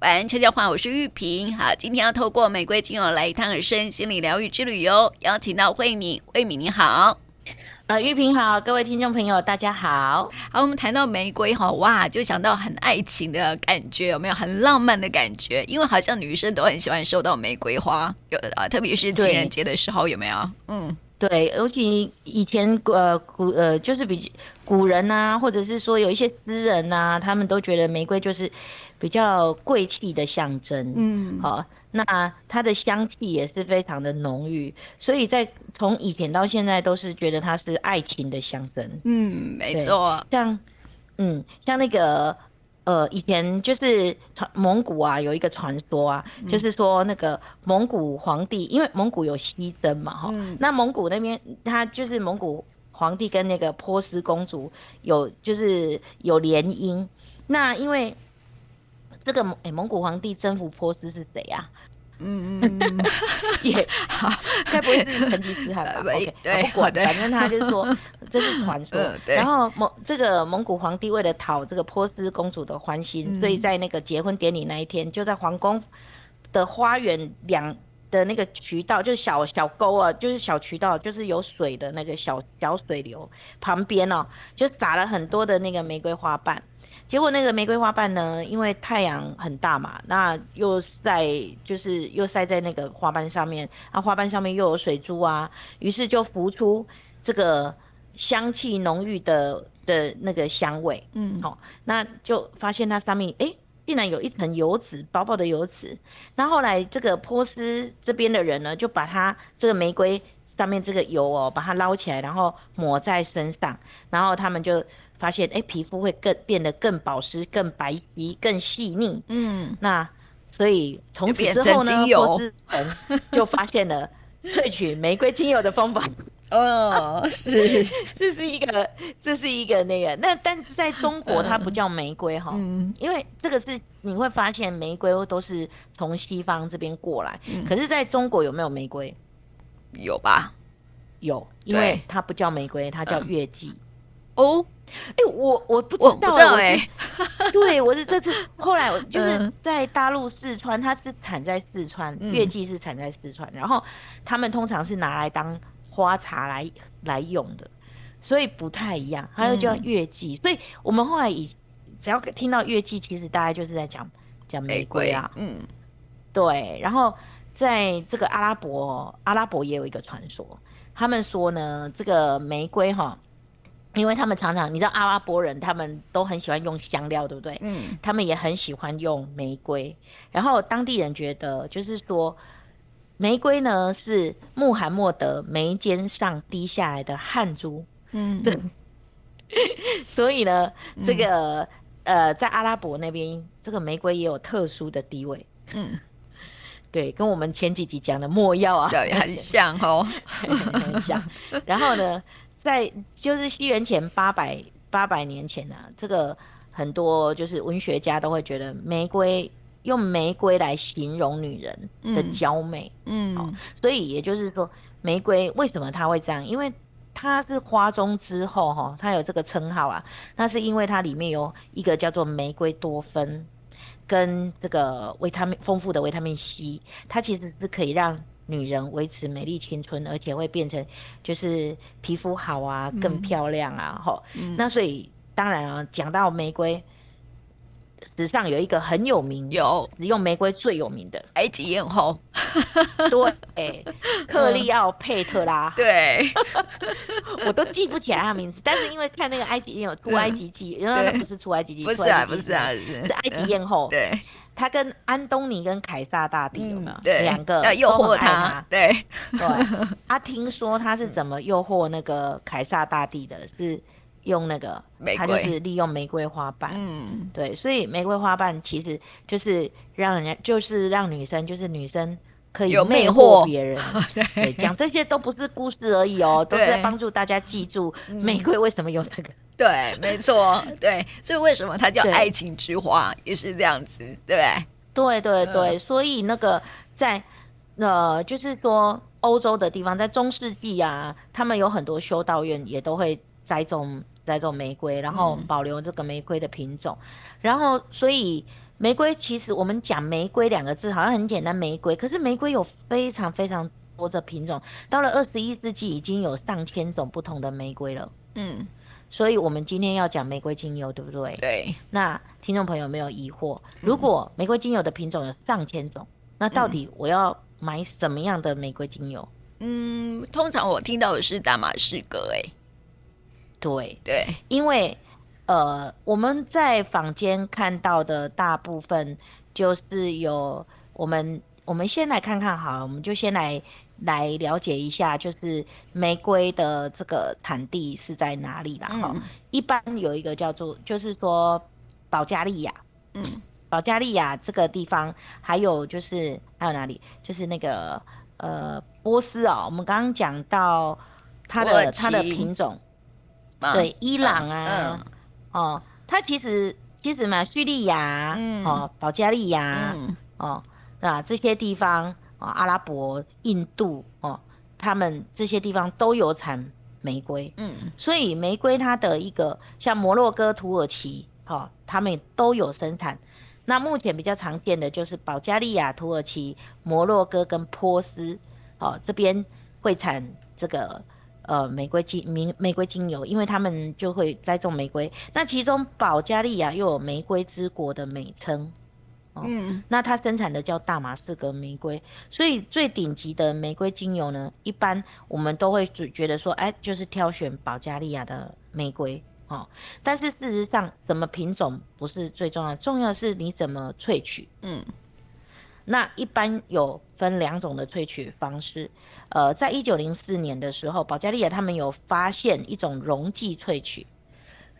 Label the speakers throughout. Speaker 1: 晚安悄悄话，我是玉萍。好，今天要透过玫瑰精油来一趟身心理疗愈之旅哦，邀请到慧敏，慧敏你好。
Speaker 2: 呃，玉萍好，各位听众朋友，大家好。
Speaker 1: 好，我们谈到玫瑰哈，哇，就想到很爱情的感觉，有没有很浪漫的感觉？因为好像女生都很喜欢收到玫瑰花，有啊，特别是情人节的时候，有没有？嗯，
Speaker 2: 对，尤其以前呃古呃就是比古人呐、或者是说有一些诗人呐、他们都觉得玫瑰就是比较贵气的象征。
Speaker 1: 嗯
Speaker 2: 好、那它的香气也是非常的浓郁，所以在从以前到现在都是觉得它是爱情的象征。
Speaker 1: 嗯，没错，
Speaker 2: 像，嗯，像那个，呃，以前就是传蒙古啊，有一个传说啊，
Speaker 1: 嗯
Speaker 2: 就是说那个蒙古皇帝，因为蒙古有西征嘛，哈、
Speaker 1: 嗯
Speaker 2: 那蒙古那边他就是蒙古皇帝跟那个波斯公主有就是有联姻，那因为这个蒙、诶蒙古皇帝征服波斯是谁 啊？
Speaker 1: 嗯嗯嗯，
Speaker 2: 也
Speaker 1: 好，
Speaker 2: 该不会是成吉 思汗吧
Speaker 1: 呃喂
Speaker 2: ？OK，
Speaker 1: 对
Speaker 2: 好不
Speaker 1: 好
Speaker 2: 管，
Speaker 1: 的
Speaker 2: 反正他就是说这是传说
Speaker 1: 嗯。对
Speaker 2: 然后蒙这个蒙古皇帝为了讨这个波斯公主的欢心，
Speaker 1: 嗯
Speaker 2: 所以在那个结婚典礼那一天，就在皇宫的花园两的那个渠道，就是小小沟啊，就是小渠道，就是有水的那个小小水流旁边哦，就撒了很多的那个玫瑰花瓣。结果那个玫瑰花瓣呢，因为太阳很大嘛，那又晒就是又晒在那个花瓣上面，啊，花瓣上面又有水珠啊，于是就浮出这个香气浓郁的的那个香味。
Speaker 1: 嗯
Speaker 2: 好、那就发现它上面诶，竟然有一层油脂，薄薄的油脂。那后来这个波斯这边的人呢，就把它这个玫瑰上面这个油哦，把它捞起来，然后抹在身上，然后他们就发现诶，皮肤会更变得更保湿、更白皙、更细腻。
Speaker 1: 嗯，
Speaker 2: 那所以从
Speaker 1: 就
Speaker 2: 此
Speaker 1: 变
Speaker 2: 之
Speaker 1: 成
Speaker 2: 后
Speaker 1: 精
Speaker 2: 呢，
Speaker 1: 油
Speaker 2: 波斯人就发现了萃取玫瑰精油的方法。
Speaker 1: 哦，是，
Speaker 2: 这是一个，这是一个那个，那但是在中国它不叫玫瑰哈，
Speaker 1: 嗯
Speaker 2: 因为这个是你会发现玫瑰都是从西方这边过来，
Speaker 1: 嗯
Speaker 2: 可是在中国有没有玫瑰？
Speaker 1: 有吧？
Speaker 2: 有，因
Speaker 1: 对
Speaker 2: 为它不叫玫瑰，它叫月季。
Speaker 1: 哦，
Speaker 2: 哎、我我不
Speaker 1: 我
Speaker 2: 知
Speaker 1: 不知
Speaker 2: 道，
Speaker 1: 道
Speaker 2: 我是
Speaker 1: 哎、
Speaker 2: 对，我是这次后来我就是
Speaker 1: 嗯
Speaker 2: 在大陆四川，它是产在四川，
Speaker 1: 嗯
Speaker 2: 月季是产在四川，然后他们通常是拿来当花茶来来用的，所以不太一样，它又叫
Speaker 1: 嗯
Speaker 2: 月季。所以我们后来以只要听到月季，其实大家就是在讲讲玫
Speaker 1: 玫
Speaker 2: 瑰
Speaker 1: 瑰
Speaker 2: 啊，，
Speaker 1: 嗯
Speaker 2: 对，然后在这个阿拉伯，阿拉伯也有一个传说，他们说呢，这个玫瑰哈，因为他们常常你知道阿拉伯人他们都很喜欢用香料，对不对？
Speaker 1: 嗯
Speaker 2: 他们也很喜欢用玫瑰。然后当地人觉得，就是说，玫瑰呢是穆罕默德眉间上滴下来的汗珠，
Speaker 1: 嗯，
Speaker 2: 对所以呢，这
Speaker 1: 嗯
Speaker 2: 个、呃，在阿拉伯那边，这个玫瑰也有特殊的地位。
Speaker 1: 嗯，
Speaker 2: 对，跟我们前几集讲的墨药啊，
Speaker 1: 对，很像哦，
Speaker 2: 很像。然后呢，在就是西元前八百八百年前啊，这个很多就是文学家都会觉得玫瑰用玫瑰来形容女人的
Speaker 1: 嗯
Speaker 2: 娇美，
Speaker 1: 嗯
Speaker 2: 所以也就是说，玫瑰为什么它会这样？因为它是花中之后哈、它有这个称号啊，那是因为它里面有一个叫做玫瑰多酚，跟这个维他命丰富的维他命 C，它其实是可以让女人维持美丽青春，而且会变成就是皮肤好啊，更
Speaker 1: 嗯
Speaker 2: 漂亮啊，吼、
Speaker 1: 嗯，
Speaker 2: 那所以当然啊，讲到玫瑰，史上有一个很有名，
Speaker 1: 有
Speaker 2: 使用玫瑰最有名的，
Speaker 1: 埃及艳 后，
Speaker 2: 对， 克利奥佩特拉，
Speaker 1: 嗯对，
Speaker 2: 我都记不起来他的名字，但是因为看 那个埃及也有出埃及记，然后
Speaker 1: 对
Speaker 2: 他不是出埃及记，
Speaker 1: 不
Speaker 2: 出
Speaker 1: 是啊，
Speaker 2: 埃及
Speaker 1: 不
Speaker 2: 记
Speaker 1: 是啊，
Speaker 2: 是埃及
Speaker 1: 艳
Speaker 2: 艳后，
Speaker 1: 对嗯
Speaker 2: 他跟安东尼跟凯撒大帝有没有？
Speaker 1: 对，
Speaker 2: 两个
Speaker 1: 要诱
Speaker 2: 都
Speaker 1: 惑
Speaker 2: 很爱他，
Speaker 1: 对，
Speaker 2: 对，他听说他是怎么诱惑那个凯撒大帝的，是用那个
Speaker 1: 玫，
Speaker 2: 他
Speaker 1: 瑰
Speaker 2: 就是利用玫瑰花瓣。
Speaker 1: 嗯
Speaker 2: 对，所以玫瑰花瓣其实就是让人家，就是让女生，就是女生可以
Speaker 1: 有魅
Speaker 2: 魅
Speaker 1: 惑
Speaker 2: 惑别人。 对，
Speaker 1: 对
Speaker 2: 讲这些都不是故事而 已哦，都是在
Speaker 1: 对
Speaker 2: 帮助大家记住
Speaker 1: 嗯
Speaker 2: 玫瑰为什么有这个。
Speaker 1: 对，没 错，对，所以为什么它叫
Speaker 2: 对
Speaker 1: 爱情之花，也是这样子，对不对？
Speaker 2: 对对对，
Speaker 1: 嗯
Speaker 2: 所以那个在呃，就是说欧洲的地方，在中世纪啊，他们有很多修道院也都会栽种栽种玫瑰，然后
Speaker 1: 嗯
Speaker 2: 保留这个玫瑰的品种，然后所以玫瑰其实我们讲玫瑰两个字好像很简单，玫瑰，可是玫瑰有非常非常多的品种，到了二十一世纪已经有上千种不同的玫瑰了。
Speaker 1: 嗯，
Speaker 2: 所以我们今天要讲玫瑰精油，对不对？
Speaker 1: 对，
Speaker 2: 那听众朋友有没有疑惑，如果玫瑰精油的品种有上千种，那到底我要买什么样的玫瑰精油？
Speaker 1: 嗯，通常我听到的是大马士革、欸，哎，
Speaker 2: 对，
Speaker 1: 对，
Speaker 2: 因为呃，我们在坊间看到的大部分就是有我们，我们先来看看好了，我们就先来来了解一下，就是玫瑰的这个产地是在哪里啦。哈、
Speaker 1: 嗯
Speaker 2: 一般有一个叫做，就是说保加利亚，
Speaker 1: 嗯
Speaker 2: 保加利亚这个地方，还有就是还有哪里，就是那个呃波斯哦，我们刚刚讲到它
Speaker 1: 土耳
Speaker 2: 的它的
Speaker 1: 其
Speaker 2: 品种，
Speaker 1: 啊
Speaker 2: 对，伊朗啊，
Speaker 1: 嗯
Speaker 2: 哦，它其实其实嘛，叙利亚，
Speaker 1: 嗯
Speaker 2: 哦，保加利亚，
Speaker 1: 嗯
Speaker 2: 哦，那这些地方哦，阿拉伯、印度哦，他们这些地方都有产玫瑰，
Speaker 1: 嗯
Speaker 2: 所以玫瑰它的一个像摩洛哥、土耳其，哦，他们都有生产。那目前比较常见的就是保加利亚、土耳其、摩洛哥跟波斯，哦，这边会产这个呃玫瑰精玫玫瑰精油，因为他们就会栽种玫瑰。那其中保加利亚又有玫瑰之国的美称，啊
Speaker 1: 嗯
Speaker 2: 那它生产的叫大马士革玫瑰，所以最顶级的玫瑰精油呢，一般我们都会只觉得说，哎，就是挑选保加利亚的玫瑰哦。但是事实上，什么品种不是最重要，重要的是你怎么萃取。
Speaker 1: 嗯
Speaker 2: 那一般有分两种的萃取方式，呃，在一九零四年的时候，保加利亚他们有发现一种溶剂萃取，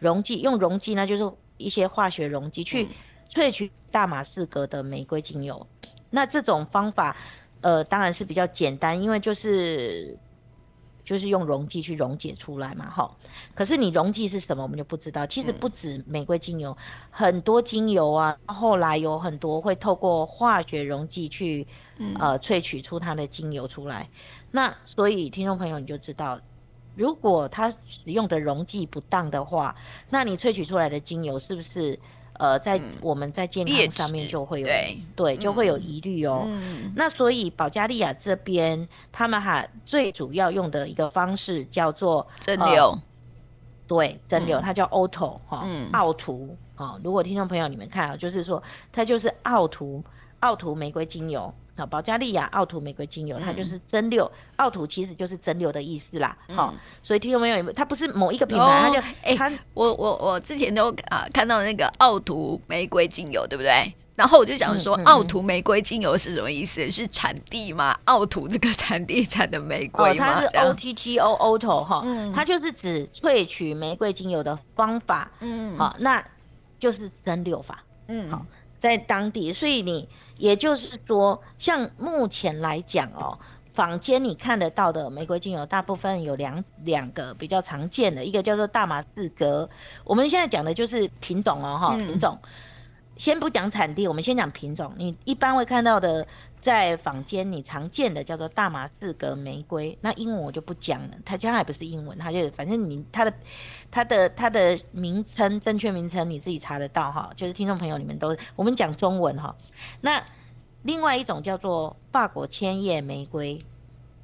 Speaker 2: 溶剂用溶剂呢，就是一些化学溶剂去萃取大马士革的玫瑰精油。那这种方法，呃，当然是比较简单，因为就是就是用溶剂去溶解出来嘛，哈。可是你溶剂是什么，我们就不知道。其实
Speaker 1: 嗯
Speaker 2: 不止玫瑰精油，很多精油啊，后来有很多会透过化学溶剂去
Speaker 1: 嗯
Speaker 2: 呃萃取出它的精油出来。那所以听众朋友你就知道，如果它使用的溶剂不当的话，那你萃取出来的精油是不是呃在
Speaker 1: 嗯
Speaker 2: 我们在健
Speaker 1: 劣
Speaker 2: 康上面
Speaker 1: 质
Speaker 2: 就会有
Speaker 1: 对
Speaker 2: 对就会有
Speaker 1: 嗯
Speaker 2: 疑虑哦。
Speaker 1: 嗯
Speaker 2: 那所以保加利亚这边，他们哈最主要用的一个方式叫做
Speaker 1: 蒸
Speaker 2: 呃
Speaker 1: 馏，
Speaker 2: 对，蒸馏，
Speaker 1: 嗯
Speaker 2: 它叫 auto 哈、
Speaker 1: 嗯
Speaker 2: 奥图啊、如果听众朋友你们看啊，就是说它就是奥图奥图玫瑰精油啊，保加利亚奥图玫瑰精油，它
Speaker 1: 嗯
Speaker 2: 就是蒸馏，奥图其实就是蒸馏的意思啦，哈、
Speaker 1: 嗯
Speaker 2: 所以听众朋友有没有，它不是某一个品牌，它
Speaker 1: 哦
Speaker 2: 就、
Speaker 1: 哎
Speaker 2: 它
Speaker 1: 我我我之前都啊、看到那个奥图玫瑰精油，对不对？然后我就想说
Speaker 2: 嗯嗯，嗯
Speaker 1: 奥图玫瑰精油是什么意思？是产地吗？奥图这个产地产的玫
Speaker 2: 哦，
Speaker 1: 瑰吗？
Speaker 2: 它是
Speaker 1: 这
Speaker 2: O
Speaker 1: 样，
Speaker 2: T T O auto 哈、
Speaker 1: 嗯
Speaker 2: 它就是指萃取玫瑰精油的方法，
Speaker 1: 嗯
Speaker 2: 好、那就是蒸馏法。
Speaker 1: 嗯，
Speaker 2: 好在当地，所以你也就是说，像目前来讲哦，坊间你看得到的玫瑰精油，大部分有两两个比较常见的，一个叫做大马士革，我们现在讲的就是品种哦，哈，
Speaker 1: 嗯
Speaker 2: 品种。先不讲产地，我们先讲品种。你一般会看到的，在坊间你常见的叫做大马士革玫瑰，那英文我就不讲了，它将来不是英文，它就是反正你它的它的它的名称正确名称你自己查得到哈，就是听众朋友你们都我们讲中文哈。那另外一种叫做法国千叶玫瑰，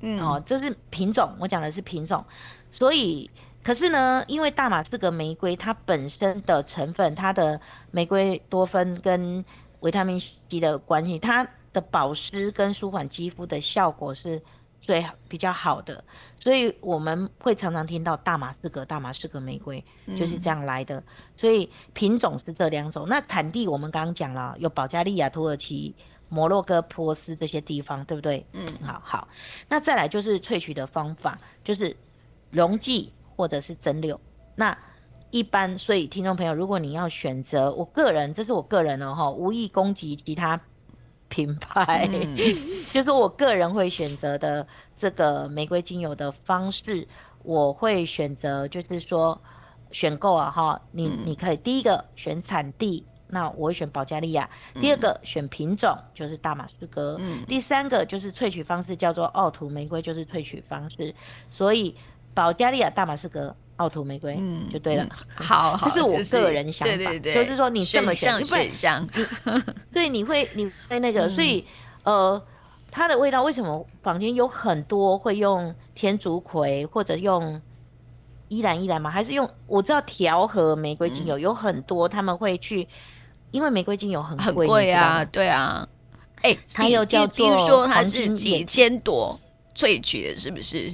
Speaker 1: 嗯
Speaker 2: 哦，这是品种，我讲的是品种，所以可是呢，因为大马士革玫瑰它本身的成分，它的玫瑰多酚跟维他命 C 的关系，它的保湿跟舒缓肌肤的效果是最好比较好的，所以我们会常常听到大马士革、大马士革玫瑰
Speaker 1: 嗯
Speaker 2: 就是这样来的。所以品种是这两种，那产地我们刚刚讲了，有保加利亚、土耳其、摩洛哥、波斯这些地方，对不对？
Speaker 1: 嗯
Speaker 2: 好好，那再来就是萃取的方法，就是溶剂或者是蒸馏。那一般，所以听众朋友，如果你要选择，我个人这是我个人哦，哈，无意攻击其他品牌，
Speaker 1: 嗯
Speaker 2: 就是我个人会选择的这个玫瑰精油的方式，我会选择就是说选购啊哈，你
Speaker 1: 嗯
Speaker 2: 你可以第一个选产地，那我会选保加利亚；第二个选品种，就是大马士革。
Speaker 1: 嗯
Speaker 2: 第三个就是萃取方式叫做奥图玫瑰，就是萃取方式。所以保加利亚大马士革奥图玫瑰，嗯，就对了。
Speaker 1: 好，好，
Speaker 2: 这是我个人想法，
Speaker 1: 对对对，
Speaker 2: 就是说你这么
Speaker 1: 想，选项，
Speaker 2: 对，你会你会那
Speaker 1: 嗯
Speaker 2: 个，所以呃，它的味道为什么坊间有很多会用天竺葵或者用依兰依兰吗？还是用我知道调和玫瑰精油
Speaker 1: 嗯
Speaker 2: 有很多他们会去，因为玫瑰精油很
Speaker 1: 很
Speaker 2: 贵
Speaker 1: 啊，对啊。哎，
Speaker 2: 它又叫做
Speaker 1: 听说它是几千朵萃取的，是不是？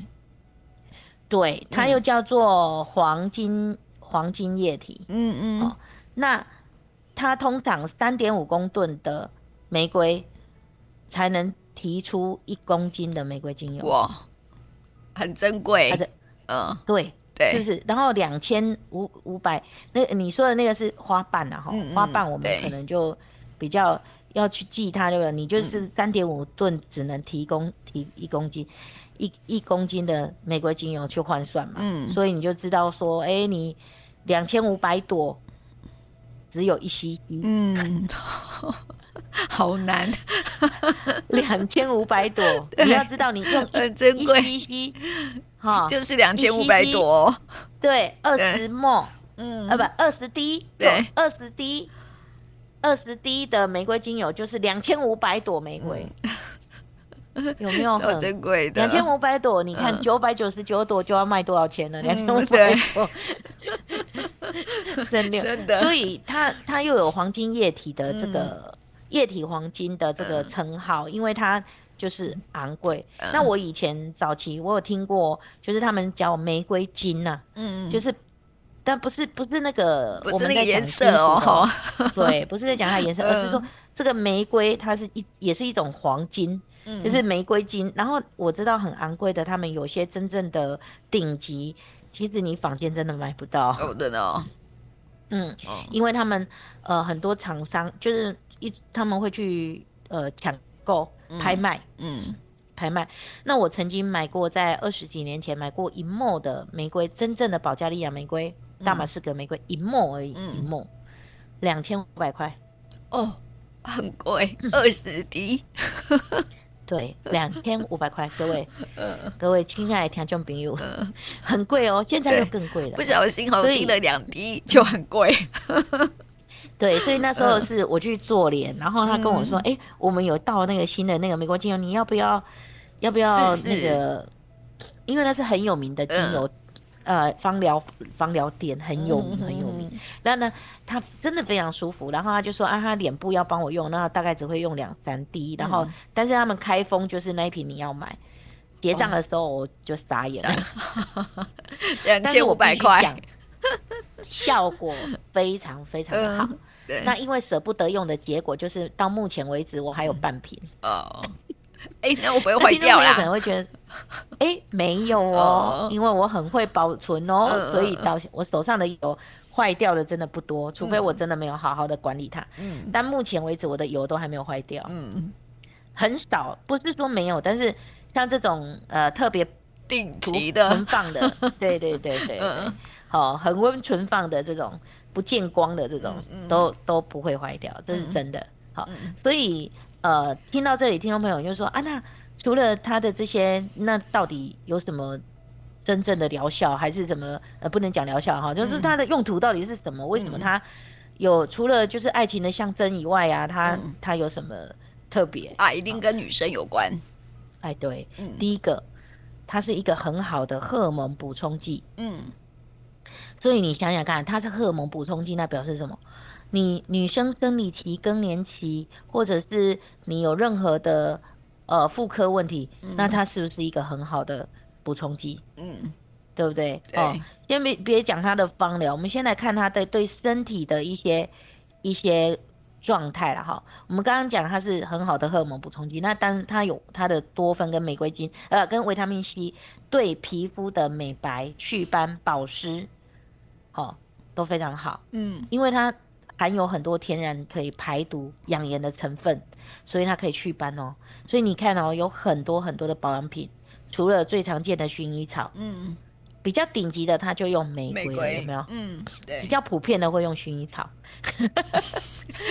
Speaker 2: 对，它
Speaker 1: 嗯
Speaker 2: 又叫做黄金、嗯、黄金液体。
Speaker 1: 嗯嗯、哦。
Speaker 2: 那它通常三点五公吨的玫瑰才能提出一公斤的玫瑰精油。
Speaker 1: 哇，很珍贵。
Speaker 2: 它的
Speaker 1: 嗯，
Speaker 2: 对
Speaker 1: 对，
Speaker 2: 就是？然后两千五五百，那你说的那个是花瓣啊，哈、
Speaker 1: 嗯嗯，
Speaker 2: 花瓣我们可能就比较。要去记它对不对？你
Speaker 1: 嗯
Speaker 2: 就是三点五吨只能提供提一公斤，一一公斤的玫瑰精油去换算嘛，
Speaker 1: 嗯，
Speaker 2: 所以你就知道说，哎、欸，你两千五百朵只有一 cc，
Speaker 1: 嗯，好难，
Speaker 2: 两千五 百朵，你要知道你用
Speaker 1: 很珍贵
Speaker 2: 一啊 cc，哈，
Speaker 1: 就是两千五百朵，
Speaker 2: 对，二十沫，
Speaker 1: 嗯，
Speaker 2: 啊不，二十滴，
Speaker 1: 对，
Speaker 2: 二十滴。二十滴的玫瑰精油就是两千五百朵玫瑰，嗯、 有没有很
Speaker 1: 珍贵的？嗯
Speaker 2: 两千五百朵，你看九百九十九朵就要卖多少钱了？两千五百朵，真的，
Speaker 1: 真的。
Speaker 2: 所以它它又有黄金液体的这个、嗯、液体黄金的这个称号，嗯、因为它就是昂贵。
Speaker 1: 嗯
Speaker 2: 那我以前早期我有听过，就是他们叫玫瑰金呐、啊，
Speaker 1: 嗯，
Speaker 2: 就是。但不是不是那个，
Speaker 1: 不是那个颜色哦，
Speaker 2: 对，不是在讲它颜色，而是说这个玫瑰它是一也是一种黄金，
Speaker 1: 嗯、
Speaker 2: 就是玫瑰金。然后我知道很昂贵的，他们有些真正的顶级，其实你坊间真的买不到。
Speaker 1: 哦，真的哦。
Speaker 2: 嗯，哦、因为他们呃很多厂商就是一他们会去呃抢购拍卖，
Speaker 1: 嗯。嗯
Speaker 2: 拍卖，那我曾经买过，在二十几年前买过一墨的玫瑰，真正的保加利亚玫瑰、大
Speaker 1: 嗯
Speaker 2: 马士革玫瑰，一墨而已，一墨两千五百块，
Speaker 1: 哦，很贵，
Speaker 2: 嗯
Speaker 1: 二十滴，
Speaker 2: 对，两千五百块，各位，
Speaker 1: 嗯
Speaker 2: 各位亲爱的听众朋友，很贵哦，现在又更贵了，
Speaker 1: 不小心好滴了两滴就很贵，
Speaker 2: 对，所以那时候是我去做脸，然后他跟我说，哎，我们有到那个新的那个玫瑰精油，你要不要？要不要那个？因为那是很有名的精油，呃，芳疗芳疗店很有名，很有
Speaker 1: 嗯
Speaker 2: 名。那呢，它真的非常舒服。然后他就说啊，他脸部要帮我用，那大概只会用两三滴。然
Speaker 1: 嗯
Speaker 2: 后，但是他们开封就是那一瓶你要买，结账
Speaker 1: 哦
Speaker 2: 的时候我就傻眼了，
Speaker 1: 两千五百块，
Speaker 2: 效果非常非常 的好。那因为舍不得用的结果，就是到目前为止我还有半瓶
Speaker 1: 哦。 哎、欸，那我不会坏掉啦。
Speaker 2: 可能会觉得，哎、欸，没有哦，哦因为我很会保存哦，嗯、所以到我手上的油坏掉的真的不多，除非我真的没有好好的管理它。
Speaker 1: 嗯，
Speaker 2: 但目前为止我的油都还没有坏掉。
Speaker 1: 嗯，
Speaker 2: 很少，不是说没有，但是像这种呃特别
Speaker 1: 定级的嗯
Speaker 2: 存 放的，对对对对,對，好、嗯哦，恒温存放的这种不见光的这种，
Speaker 1: 嗯、
Speaker 2: 都都不会坏掉，这是真的。好，所以。呃，听到这里，听众朋友就说啊，那除了它的这些，那到底有什么真正的疗效，还是怎么？呃，不能讲疗效哈，就是它的用途到底是什么？嗯嗯、为什么它有除了就是爱情的象征以外啊，它、嗯、它有什么特别
Speaker 1: 啊？一定跟女生有关。
Speaker 2: 哎，对，
Speaker 1: 嗯、
Speaker 2: 第一个，它是一个很好的荷尔蒙补充剂。
Speaker 1: 嗯，
Speaker 2: 所以你想想看，它是荷尔蒙补充剂，那表示什么？你女生生理期、更年期，或者是你有任何的呃妇科问题，
Speaker 1: 嗯、
Speaker 2: 那它是不是一个很好的补充剂？
Speaker 1: 嗯，
Speaker 2: 对不对？
Speaker 1: 对
Speaker 2: 哦，先别别讲它的方疗，我们先来看它的对身体的一些一些状态了哈。我们刚刚讲它是很好的荷尔蒙补充剂，那但是它有它的多酚跟玫瑰金呃跟维他命 C 对皮肤的美白、祛斑、保湿，哦都非常好。
Speaker 1: 嗯，
Speaker 2: 因为它。含有很多天然可以排毒养颜的成分，所以它可以祛斑哦。所以你看哦，有很多很多的保养品，除了最常见的薰衣草，
Speaker 1: 嗯，
Speaker 2: 比较顶级的他就用玫
Speaker 1: 玫
Speaker 2: 瑰了，
Speaker 1: 瑰
Speaker 2: 有没有？
Speaker 1: 嗯，
Speaker 2: 比
Speaker 1: 对，
Speaker 2: 较普遍的会用薰衣草。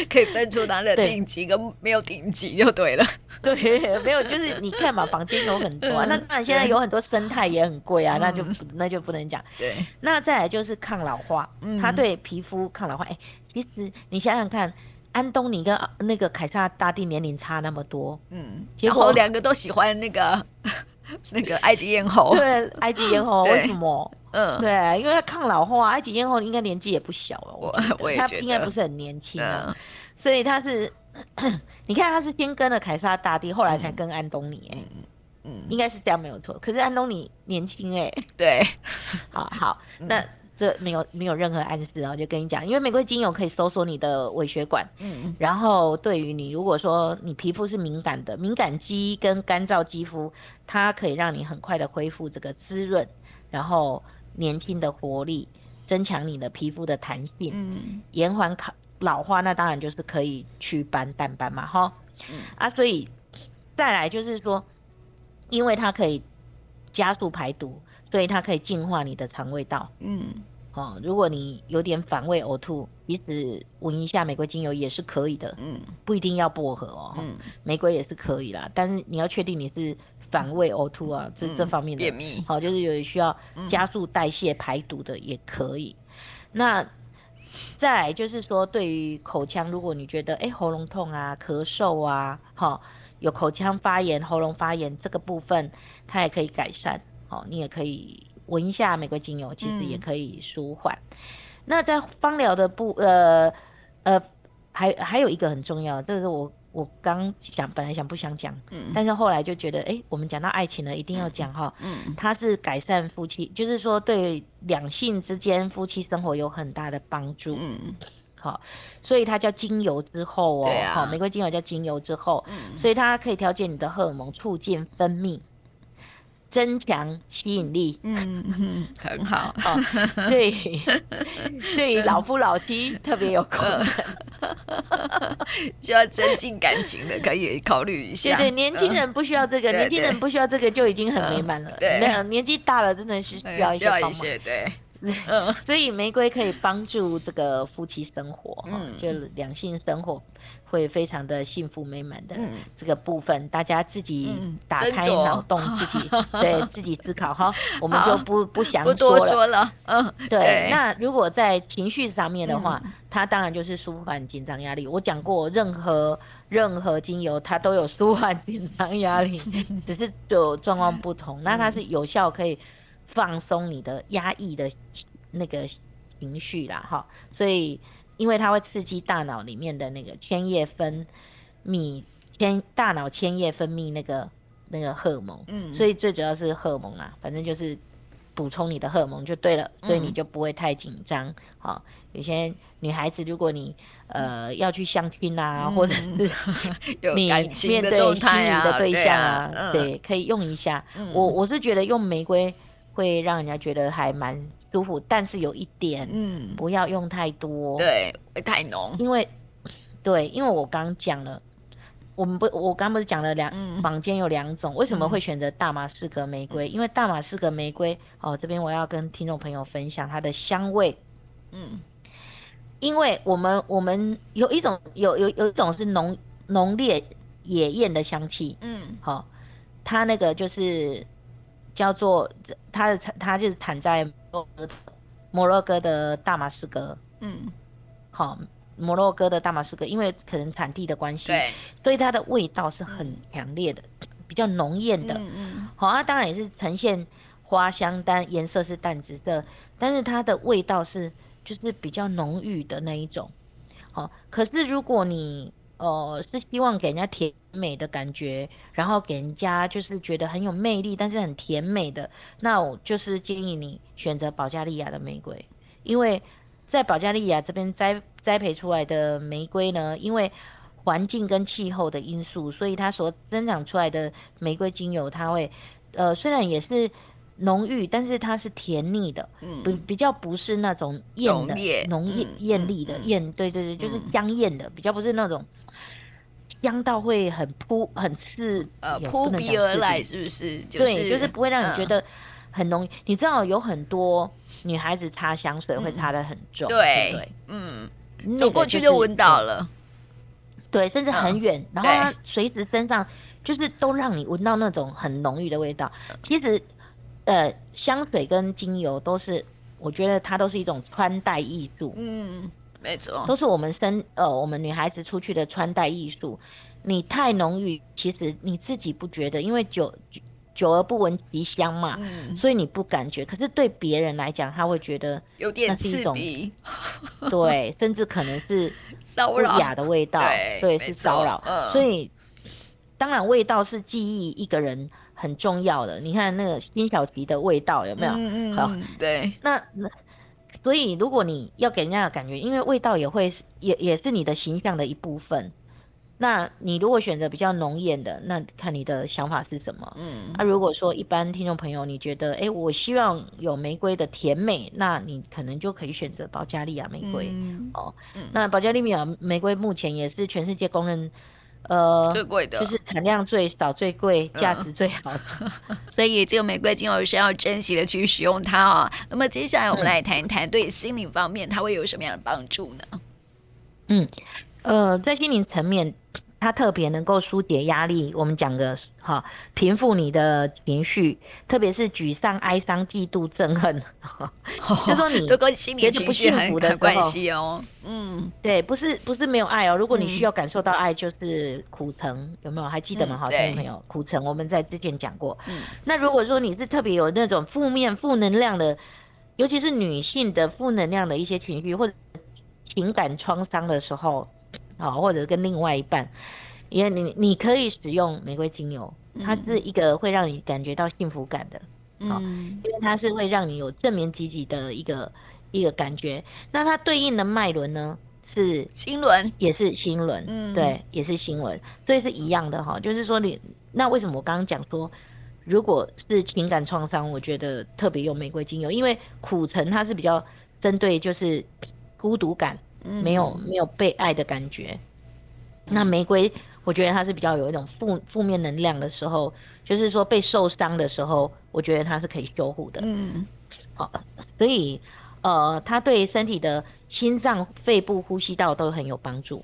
Speaker 1: 可以分出它的
Speaker 2: 对
Speaker 1: 顶级跟没有顶级就对了。
Speaker 2: 对，没有，就是你看嘛，房间有很多、啊，那当然现
Speaker 1: 嗯
Speaker 2: 在有很多生态也很贵啊，那就不那就不能讲。
Speaker 1: 对，
Speaker 2: 那再来就是抗老化，
Speaker 1: 嗯
Speaker 2: 它对皮肤抗老化。哎、其实你想想看，安东尼跟呃那个凯撒大帝年龄差那么多，
Speaker 1: 嗯，
Speaker 2: 结
Speaker 1: 然
Speaker 2: 果
Speaker 1: 后两个都喜欢那个 那个埃及艳后，
Speaker 2: 对，埃及艳
Speaker 1: 哦
Speaker 2: 后
Speaker 1: 对
Speaker 2: 为什么？
Speaker 1: 嗯，
Speaker 2: 对，啊因为他抗老化，埃及艳后应该年纪也不小了，
Speaker 1: 我
Speaker 2: 觉得
Speaker 1: 我也
Speaker 2: 她
Speaker 1: 觉
Speaker 2: 应该
Speaker 1: 得
Speaker 2: 不是很年轻啊，
Speaker 1: 嗯
Speaker 2: 所以他是， 你看他是先跟了凯撒大帝，后来才跟安东尼、哎、
Speaker 1: 嗯嗯，
Speaker 2: 应该是这样没有错。可是安东尼年轻哎、
Speaker 1: 对，
Speaker 2: 好好，
Speaker 1: 嗯
Speaker 2: 那这没有没有任何暗示啊，就跟你讲，因为玫瑰精油可以收缩你的微血管，
Speaker 1: 嗯
Speaker 2: 然后对于你如果说你皮肤是敏感的，敏感肌跟干燥肌肤，它可以让你很快的恢复这个滋润，然后年轻的活力，增强你的皮肤的弹性，
Speaker 1: 嗯
Speaker 2: 延缓老老化，那当然就是可以祛斑淡斑嘛，哈。
Speaker 1: 嗯
Speaker 2: 啊，所以再来就是说，因为它可以加速排毒，所以它可以净化你的肠胃道。
Speaker 1: 嗯
Speaker 2: 哦，如果你有点反胃呕吐，其实闻一下玫瑰精油也是可以的，
Speaker 1: 嗯
Speaker 2: 不一定要薄荷哦，
Speaker 1: 嗯，
Speaker 2: 玫瑰也是可以啦。但是你要确定你是反胃呕吐啊，这、这
Speaker 1: 嗯
Speaker 2: 方面的
Speaker 1: 便秘，
Speaker 2: 好、就是有需要
Speaker 1: 嗯
Speaker 2: 加速代谢排毒的也可以。那再来就是说，对于口腔，如果你觉得哎、诶喉咙痛啊、咳嗽啊，好、有口腔发炎、喉咙发炎这个部分，它也可以改善。好、你也可以闻一下玫瑰精油，其实也
Speaker 1: 嗯
Speaker 2: 可以舒缓。那在芳疗的部呃呃，还还有一个很重要，这个是我我刚想本来想不想讲，
Speaker 1: 嗯
Speaker 2: 但是后来就觉得哎、诶我们讲到爱情了，一定要讲哈、
Speaker 1: 嗯
Speaker 2: 它是改善夫妻，就是说对两性之间夫妻生活有很大的帮助。
Speaker 1: 嗯
Speaker 2: 好、所以它叫精油之后哦
Speaker 1: 对，啊
Speaker 2: 好、玫瑰精油叫精油之后，
Speaker 1: 嗯，
Speaker 2: 所以它可以调节你的荷尔蒙，促进分泌，增强吸引力。
Speaker 1: 嗯嗯，很好，
Speaker 2: 哦， 对，对于老夫老妻特别有功
Speaker 1: 嗯
Speaker 2: 能。
Speaker 1: 需要增进感情的可以考虑一
Speaker 2: 对
Speaker 1: 下。
Speaker 2: 对，年轻
Speaker 1: 嗯
Speaker 2: 人不需要这个，
Speaker 1: 对
Speaker 2: 年轻
Speaker 1: 对
Speaker 2: 人不需要这个就已经很美满了。
Speaker 1: 对
Speaker 2: 没有年纪大了真的是需要
Speaker 1: 嗯
Speaker 2: 一
Speaker 1: 需
Speaker 2: 些
Speaker 1: 要
Speaker 2: 帮
Speaker 1: 一
Speaker 2: 忙。
Speaker 1: 些，对，
Speaker 2: 对
Speaker 1: 嗯
Speaker 2: 所以玫瑰可以帮助这个夫妻生活，哈、
Speaker 1: 嗯
Speaker 2: 就两性生活会非常的幸福美满的
Speaker 1: 嗯，
Speaker 2: 这个部分，大家自己
Speaker 1: 嗯
Speaker 2: 打
Speaker 1: 斟
Speaker 2: 开
Speaker 1: 酌
Speaker 2: 脑洞，自 己对自己思考哈，我们
Speaker 1: 好
Speaker 2: 就不不 详
Speaker 1: 不
Speaker 2: 说
Speaker 1: 多
Speaker 2: 了。
Speaker 1: 说了，嗯，
Speaker 2: 对
Speaker 1: 对，
Speaker 2: 那如果在情绪上面的话，
Speaker 1: 嗯
Speaker 2: 它当然就是舒缓紧张压力。我讲过，任何任何精油它都有舒缓紧张压 力，只是就状况不同。那它是
Speaker 1: 嗯
Speaker 2: 有效可以放松你的压抑的那个情绪啦，哈。所以，因为它会刺激大脑里面的那个千叶分泌，千大脑千叶分泌那个那个荷尔蒙，
Speaker 1: 嗯
Speaker 2: 所以最主要是荷尔蒙啦，啊反正就是补充你的荷尔蒙就对了，所以你
Speaker 1: 嗯
Speaker 2: 就不会太紧张。好、有些女孩子，如果你呃要去相亲啊，或者
Speaker 1: 嗯
Speaker 2: 是
Speaker 1: 有
Speaker 2: 你
Speaker 1: 感情
Speaker 2: 面
Speaker 1: 的
Speaker 2: 对
Speaker 1: 状
Speaker 2: 心
Speaker 1: 态
Speaker 2: 仪
Speaker 1: 啊，
Speaker 2: 的对象
Speaker 1: 啊，嗯，
Speaker 2: 对，可以用一下。
Speaker 1: 嗯
Speaker 2: 我我是觉得用玫瑰会让人家觉得还蛮舒服，但是有一点
Speaker 1: 嗯，
Speaker 2: 不要用太多，
Speaker 1: 对，会太浓，
Speaker 2: 因为对，因为我刚讲了，我们不，我刚不是讲了两
Speaker 1: 嗯
Speaker 2: 房间有两种，为什么
Speaker 1: 嗯
Speaker 2: 会选择大马士革玫瑰？因为大马士革玫瑰哦，这边我要跟听众朋友分享它的香味，
Speaker 1: 嗯
Speaker 2: 因为我们我们有一种有有有一种是浓浓烈野艳的香气，
Speaker 1: 嗯
Speaker 2: 好、它那个就是叫做它的它就是产在摩洛哥摩洛哥的大马士革，
Speaker 1: 嗯，
Speaker 2: 好、摩洛哥的大马士革，因为可能产地的关系，
Speaker 1: 对，
Speaker 2: 所以它的味道是很
Speaker 1: 嗯
Speaker 2: 强烈的，比较浓艳的。
Speaker 1: 嗯嗯
Speaker 2: 好、它当然也是呈现花香，但颜色是淡紫色，但是它的味道是就是比较浓郁的那一种。好、可是如果你呃是希望给人家甜美的感觉，然后给人家就是觉得很有魅力，但是很甜美的，那我就是建议你选择保加利亚的玫瑰，因为在保加利亚这边栽栽培出来的玫瑰呢，因为环境跟气候的因素，所以它所生长出来的玫瑰精油，它会，呃，虽然也是浓郁，但是它是甜腻的，不
Speaker 1: 嗯
Speaker 2: 比较不是那种艳的
Speaker 1: 浓烈
Speaker 2: 浓艳
Speaker 1: 嗯
Speaker 2: 艳丽的
Speaker 1: 嗯嗯
Speaker 2: 艳，对对对，就是
Speaker 1: 嗯
Speaker 2: 香艳的，比较不是那种香到会很扑很刺，
Speaker 1: 呃，
Speaker 2: 也
Speaker 1: 扑
Speaker 2: 不能
Speaker 1: 鼻
Speaker 2: 讲
Speaker 1: 而
Speaker 2: 刺
Speaker 1: 来，
Speaker 2: 鼻
Speaker 1: 是不是？
Speaker 2: 对，就是不会让你觉
Speaker 1: 嗯
Speaker 2: 得很浓。你知道有很多女孩子擦香水会擦的很重，对不
Speaker 1: 嗯对，嗯，走过去就闻到了。
Speaker 2: 对，甚至很远，然后它随时身上就是都让你闻到那种很浓郁的味道。其实，呃，香水跟精油都是，我觉得它都是一种穿戴艺术。
Speaker 1: 嗯，没错，
Speaker 2: 都是我们身呃，我们女孩子出去的穿戴艺术。你太浓郁，其实你自己不觉得，因为久久而不闻其香嘛，嗯、所以你不感觉。可是对别人来讲，他会觉得
Speaker 1: 有点刺
Speaker 2: 鼻，对，甚至可能是
Speaker 1: 骚扰
Speaker 2: 雅的味道，
Speaker 1: 对，
Speaker 2: 对是骚扰。嗯、所以当然，味道是记忆一个人很重要的。你看那个辛晓琪的味道有没有？
Speaker 1: 嗯好，对，
Speaker 2: 那那。所以，如果你要给人家的感觉，因为味道也会也也是你的形象的一部分。那你如果选择比较浓艳的，那看你的想法是什么。嗯，那、啊、如果说一般听众朋友，你觉得，哎、欸，我希望有玫瑰的甜美，那你可能就可以选择保加利亚玫瑰。嗯、哦，嗯、那保加利亚玫瑰目前也是全世界公认，呃，
Speaker 1: 最贵的，
Speaker 2: 就是产量最少、最贵、价值最好的。
Speaker 1: 嗯、所以这个玫瑰精油是要珍惜的去使用它啊、哦。那么接下来我们来谈一谈对心理方面它会有什么样的帮助 呢？
Speaker 2: 嗯，呃，在心灵层面。它特别能够疏解压力，我们讲的哈、啊，平复你的情绪，特别是沮丧、哀伤、嫉妒、憎恨，哦、就说你
Speaker 1: 都跟心理情绪
Speaker 2: 很有
Speaker 1: 关系哦。嗯，
Speaker 2: 对，不是不是没有爱哦。如果你需要感受到爱，就是苦橙，嗯、有没有？还记得吗？好、嗯，听众朋友，苦橙我们在之前讲过。嗯，那如果说你是特别有那种负面、负能量的，尤其是女性的负能量的一些情绪或者情感创伤的时候。啊，或者跟另外一半，因为你你可以使用玫瑰精油，它是一个会让你感觉到幸福感的，啊、嗯，因为它是会让你有正面积极的一个一个感觉。那它对应的脉轮呢是
Speaker 1: 心轮，
Speaker 2: 也是心轮，嗯，对，也是心轮，所以是一样的哈。就是说你那为什么我刚刚讲说，如果是情感创伤，我觉得特别用玫瑰精油，因为苦橙它是比较针对就是孤独感。
Speaker 1: 嗯
Speaker 2: 没有没有被爱的感觉，那玫瑰我觉得它是比较有一种负负面能量的时候，就是说被受伤的时候，我觉得它是可以修护的。嗯，好、哦，所以呃，它对身体的心脏、肺部、呼吸道都很有帮助。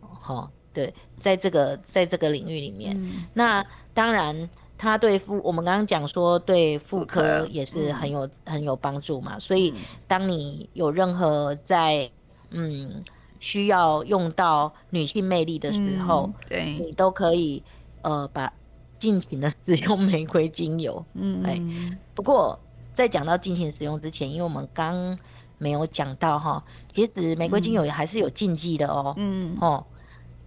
Speaker 2: 好、哦，对，在这个在这个领域里面，嗯、那当然它对妇我们刚刚讲说对妇科也是很有、嗯、嗯很有帮助嘛，所以当你有任何在嗯，需要用到女性魅力的时候，
Speaker 1: 嗯、对
Speaker 2: 你都可以呃，把尽情的使用玫瑰精油。嗯，哎，不过在讲到尽情使用之前，因为我们刚没有讲到哈，其实玫瑰精油也还是有禁忌的哦。嗯，哦，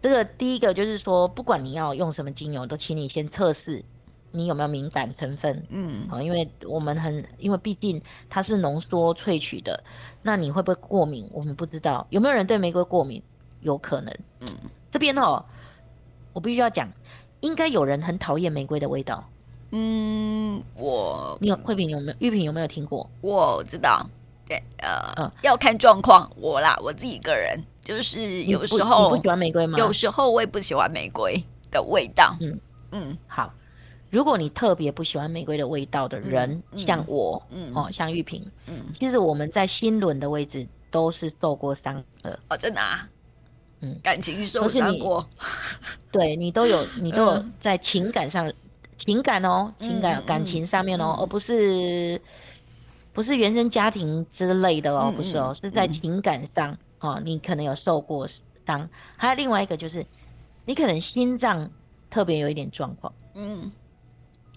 Speaker 2: 这个第一个就是说，不管你要用什么精油，都请你先测试你有没有敏感成分。嗯，哦，因为我们很，因为毕竟它是浓缩萃取的。那你会不会过敏？我们不知道有没有人对玫瑰过敏，有可能。嗯，这边哦，我必须要讲，应该有人很讨厌玫瑰的味道。
Speaker 1: 嗯，我
Speaker 2: 你有慧萍有没有玉萍有没有听过？
Speaker 1: 我知道，对，呃，嗯、要看状况。我啦，我自己个人就是有时候
Speaker 2: 不喜欢玫瑰吗？
Speaker 1: 有时候我也不喜欢玫瑰的味道。嗯
Speaker 2: 嗯，嗯好。如果你特别不喜欢玫瑰的味道的人，嗯嗯、像我，嗯、哦，像玉萍，其实我们在心轮的位置都是受过伤的。
Speaker 1: 哦，真的啊，嗯，感情受伤过，
Speaker 2: 对你都
Speaker 1: 嗯
Speaker 2: 有，你都有在情感上，情感哦，情
Speaker 1: 嗯
Speaker 2: 感感情上面哦，而不是不是原生家庭之类的
Speaker 1: 嗯
Speaker 2: 哦，不是哦，是在情感上哦，你可能有受过伤。还有另外一个就是，你可能心脏特别有一点状况，嗯。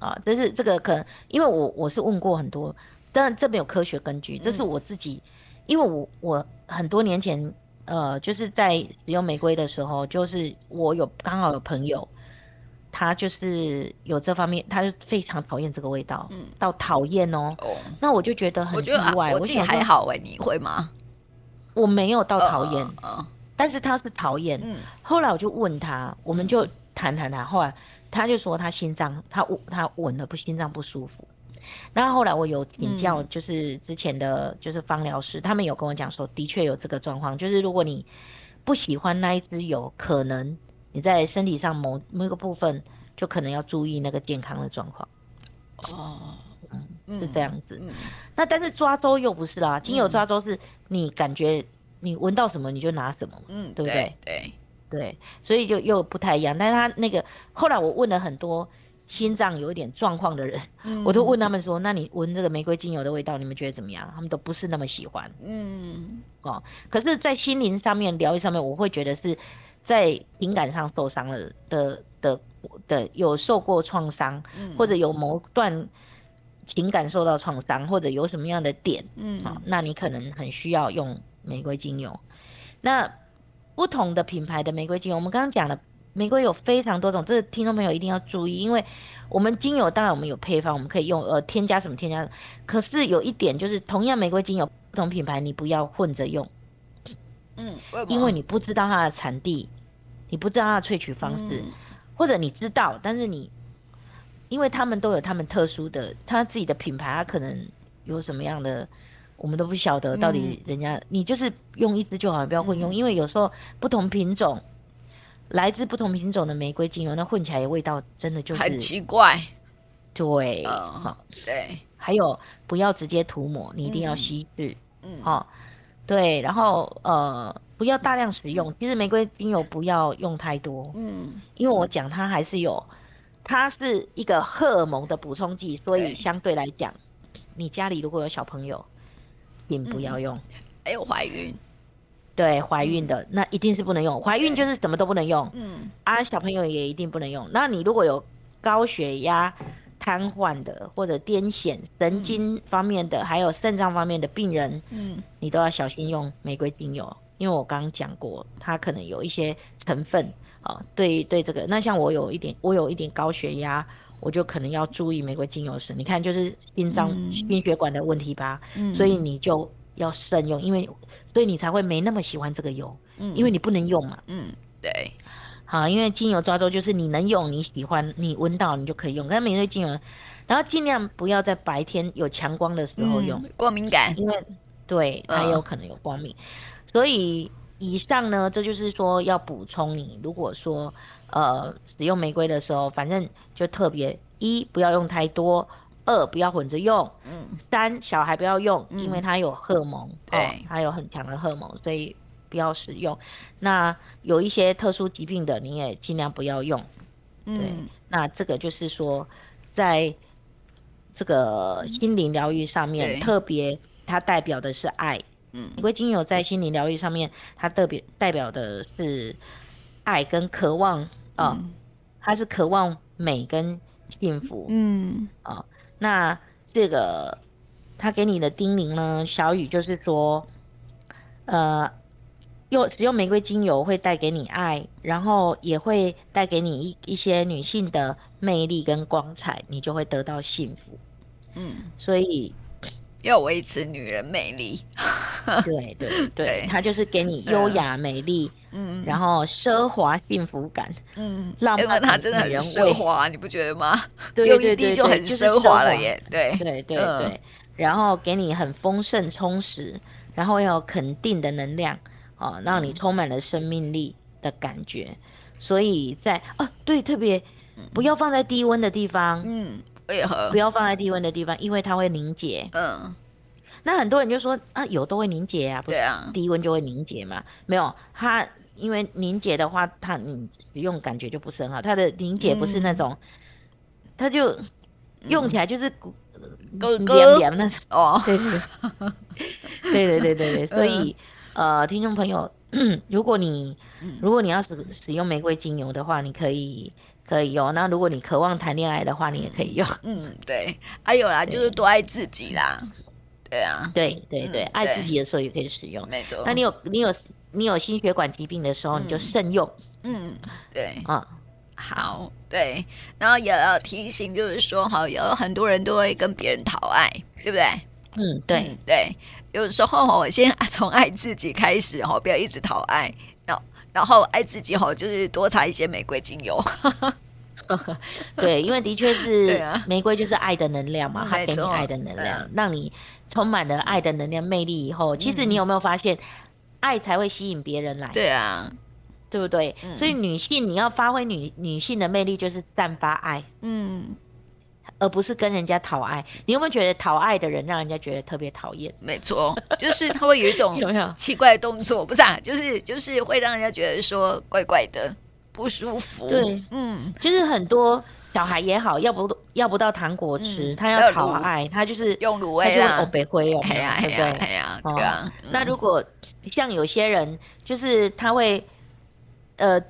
Speaker 2: 啊，这是这个可能，因为我我是问过很多，当然这边有科学根据，这是我自己，嗯、因为我我很多年前，呃，就是在使用玫瑰的时候，就是我有刚好有朋友，他就是有这方面，他就非常讨厌这个味道，嗯、到讨厌哦。哦那我就觉得很意外，
Speaker 1: 我、啊、自己还好哎、欸，你会吗？
Speaker 2: 我没有到讨厌，呃呃、但是他是讨厌。嗯、后来我就问他，我们就谈谈谈，后来。他就说他心脏，他他稳了不心脏不舒服。然后后来我有请教，就是之前的就是芳疗师，嗯、他们有跟我讲说，的确有这个状况，就是如果你不喜欢那一支油，可能你在身体上某某个部分就可能要注意那个健康的状况。
Speaker 1: 哦，嗯，
Speaker 2: 是这样子。那但是抓周又不是啦，精油抓周是你感觉你闻到什么你就拿什么嘛，
Speaker 1: 嗯，
Speaker 2: 对不
Speaker 1: 对
Speaker 2: 对？
Speaker 1: 对，
Speaker 2: 对，所以就又不太一样。但是他那个后来我问了很多心脏有一点状况的人，
Speaker 1: 嗯
Speaker 2: 我都问他们说，那你闻这个玫瑰精油的味道，你们觉得怎么样？他们都不是那么喜欢。
Speaker 1: 嗯，
Speaker 2: 可是，在心灵上面、疗愈上面，我会觉得是在情感上受伤了的的的有受过创伤，
Speaker 1: 嗯
Speaker 2: 或者有某段情感受到创伤，或者有什么样的点，好
Speaker 1: 嗯，
Speaker 2: 那你可能很需要用玫瑰精油。那不同的品牌的玫瑰精油，我们刚刚讲了，玫瑰有非常多种，这个听众朋友一定要注意，因为我们精油当然我们有配方，我们可以用呃添加什么添加什么，可是有一点就是，同样玫瑰精油不同品牌你不要混着用，
Speaker 1: 嗯，为
Speaker 2: 因为
Speaker 1: 你
Speaker 2: 你不知道它的产地，你不知道它的萃取方式，
Speaker 1: 嗯
Speaker 2: 或者你知道，但是你因为他们都有他们特殊的他自己的品牌，他可能有什么样的，我们都不晓得。
Speaker 1: 嗯
Speaker 2: 到底人家、你就是用一支就好，不要混用，因为有时候不同品种，来自不同品种的玫瑰精油，那混起来的味道真的就
Speaker 1: 很
Speaker 2: 是
Speaker 1: 奇怪，
Speaker 2: 对。
Speaker 1: 嗯
Speaker 2: 好，
Speaker 1: 对，
Speaker 2: 还有不要直接涂抹，你一定要
Speaker 1: 嗯
Speaker 2: 稀释。
Speaker 1: 嗯，
Speaker 2: 哦，对，然后呃，不要大量使用。其实玫瑰精油不要用太多，
Speaker 1: 嗯，
Speaker 2: 因为我讲它还是有，它是一个荷尔蒙的补充剂，所
Speaker 1: 对
Speaker 2: 以相对来讲，你家里如果有小朋友，请不
Speaker 1: 嗯
Speaker 2: 要用。
Speaker 1: 还有哎怀孕，
Speaker 2: 对，怀孕的那一定是不能用，怀孕
Speaker 1: 嗯对
Speaker 2: 就是什么都不能用
Speaker 1: 嗯
Speaker 2: 啊，小朋友也一定不能用。那你如果有高血压、瘫痪的或者癫痫、神经方面的，还有肾脏方面的病人，
Speaker 1: 嗯
Speaker 2: 你都要小心用玫瑰精油，因为我刚刚讲过，它可能有一些成分啊、对对这个。那像我有一点，我有一点高血压，我就可能要注意玫瑰精油是，你看就是心脏、
Speaker 1: 嗯
Speaker 2: 心血管的问题吧，
Speaker 1: 嗯，
Speaker 2: 所以你就要慎用，因为所以你才会没那么喜欢这个油，
Speaker 1: 嗯，
Speaker 2: 因为你不能用嘛。
Speaker 1: 嗯，对，
Speaker 2: 好，因为精油抓周就是你能用，你喜欢，你闻到你就可以用，但玫瑰精油，然后尽量不要在白天有强光的时候用。
Speaker 1: 嗯过敏感，
Speaker 2: 因为对它
Speaker 1: 嗯
Speaker 2: 有可能有光敏，所以以上呢，这就是说要补充你，如果说呃使用玫瑰的时候，反正就特别一不要用太多，二不要混着用，
Speaker 1: 嗯
Speaker 2: 三小孩不要用，
Speaker 1: 嗯
Speaker 2: 因为它有荷尔蒙，哦
Speaker 1: 对，
Speaker 2: 它有很强的荷尔蒙，所以不要使用。那有一些特殊疾病的，你也尽量不要用。
Speaker 1: 嗯
Speaker 2: 那这个就是说，在这个心灵疗愈上
Speaker 1: 对
Speaker 2: 面，特别它代表的是爱。
Speaker 1: 嗯
Speaker 2: 玫瑰精油在心灵疗愈上面，它特别代表的是爱跟渴望啊、呃它是渴望美跟幸福。
Speaker 1: 嗯
Speaker 2: 那这个他给你的叮咛呢，小雨就是说，呃，用使用玫瑰精油会带给你爱，然后也会带给你一一些女性的魅力跟光彩，你就会得到幸福。
Speaker 1: 嗯，
Speaker 2: 所以，
Speaker 1: 要维持女人魅力，
Speaker 2: 对对
Speaker 1: 对
Speaker 2: 对，啊它就是给你优雅、美丽，
Speaker 1: 嗯，
Speaker 2: 然后奢华、幸福感。
Speaker 1: 嗯，
Speaker 2: 浪
Speaker 1: 因为
Speaker 2: 漫
Speaker 1: 它真的很
Speaker 2: 女人
Speaker 1: 奢
Speaker 2: 味
Speaker 1: 华，你不觉得吗？
Speaker 2: 对
Speaker 1: 用
Speaker 2: 对
Speaker 1: 一
Speaker 2: 对
Speaker 1: 滴
Speaker 2: 对
Speaker 1: 就很
Speaker 2: 就是
Speaker 1: 奢华了
Speaker 2: 华
Speaker 1: 耶，对，
Speaker 2: 对对
Speaker 1: 嗯
Speaker 2: 对，然后给你很丰盛充实，然后要有肯定的能量哦，让
Speaker 1: 嗯
Speaker 2: 你充满了生命力的感觉。所以在哦，对，特别不要放在低温的地方，
Speaker 1: 嗯，为何
Speaker 2: 不？要放在低温的地方，因为它会凝结。
Speaker 1: 嗯，
Speaker 2: 那很多人就说啊，油都会凝结啊，不
Speaker 1: 对
Speaker 2: 是
Speaker 1: 啊，
Speaker 2: 低温就会凝结嘛？没有，它因为凝结的话，它你使用感觉就不是很好，它的凝结不是那
Speaker 1: 嗯
Speaker 2: 种，它就用起来就是骨
Speaker 1: 咯咯
Speaker 2: 凉凉那种。
Speaker 1: 哦，
Speaker 2: 对对对对对对对，所以、呃，听众朋友，如果你
Speaker 1: 嗯
Speaker 2: 如果你要使使用玫瑰精油的话，你可以可以用。那如果你渴望谈恋爱的话，你也可以用。
Speaker 1: 嗯，对，还有啦，就是多爱自己啦，对啊，
Speaker 2: 对对对
Speaker 1: 嗯，
Speaker 2: 爱
Speaker 1: 对哦
Speaker 2: 自己的时候也可以使用。
Speaker 1: 没错，
Speaker 2: 那你有你有你有心血管疾病的时候，你就
Speaker 1: 嗯
Speaker 2: 慎用
Speaker 1: 嗯，对，
Speaker 2: 啊。
Speaker 1: 好，对，然后也要提醒，就是说哈，有很多人都会跟别人讨爱，对不对？
Speaker 2: 嗯，对
Speaker 1: 嗯对，有时候哦，先从爱自己开始哦，不要一直讨爱，然后然后爱自己哦，就是多擦一些玫瑰精 油，
Speaker 2: 对，因为的确
Speaker 1: 对
Speaker 2: 是
Speaker 1: 啊
Speaker 2: 玫瑰就是爱的能量嘛
Speaker 1: 嗯，
Speaker 2: 它
Speaker 1: 没
Speaker 2: 给你
Speaker 1: 错
Speaker 2: 爱的能量
Speaker 1: 嗯，
Speaker 2: 让你充满了爱的能量魅力以后，其实你
Speaker 1: 嗯
Speaker 2: 有没有发现，爱才会吸引别人来？
Speaker 1: 对啊，
Speaker 2: 对不对？
Speaker 1: 嗯
Speaker 2: 所以女性你要发挥女女性的魅力，就是散发爱，
Speaker 1: 嗯
Speaker 2: 而不是跟人家讨爱。你有没有觉得讨爱的人让人家觉得特别讨厌？
Speaker 1: 没错，就是他会有一种
Speaker 2: 有没有
Speaker 1: 奇怪的动作，不是啊，就是就是会让人家觉得说怪怪的，不舒服。
Speaker 2: 对，
Speaker 1: 嗯，
Speaker 2: 就是很多小孩也好，要不要不到糖果吃，
Speaker 1: 嗯
Speaker 2: 他
Speaker 1: 要
Speaker 2: 要
Speaker 1: 卤
Speaker 2: 讨爱，他就是
Speaker 1: 用卤
Speaker 2: 他
Speaker 1: 味
Speaker 2: 就是欧
Speaker 1: 啦，
Speaker 2: 北灰哦，
Speaker 1: 哎呀哎
Speaker 2: 对不
Speaker 1: 呀哎
Speaker 2: 对？
Speaker 1: 呀，
Speaker 2: 哦
Speaker 1: 对啊。
Speaker 2: 那
Speaker 1: 嗯
Speaker 2: 如果像有些人，就是他会，呃，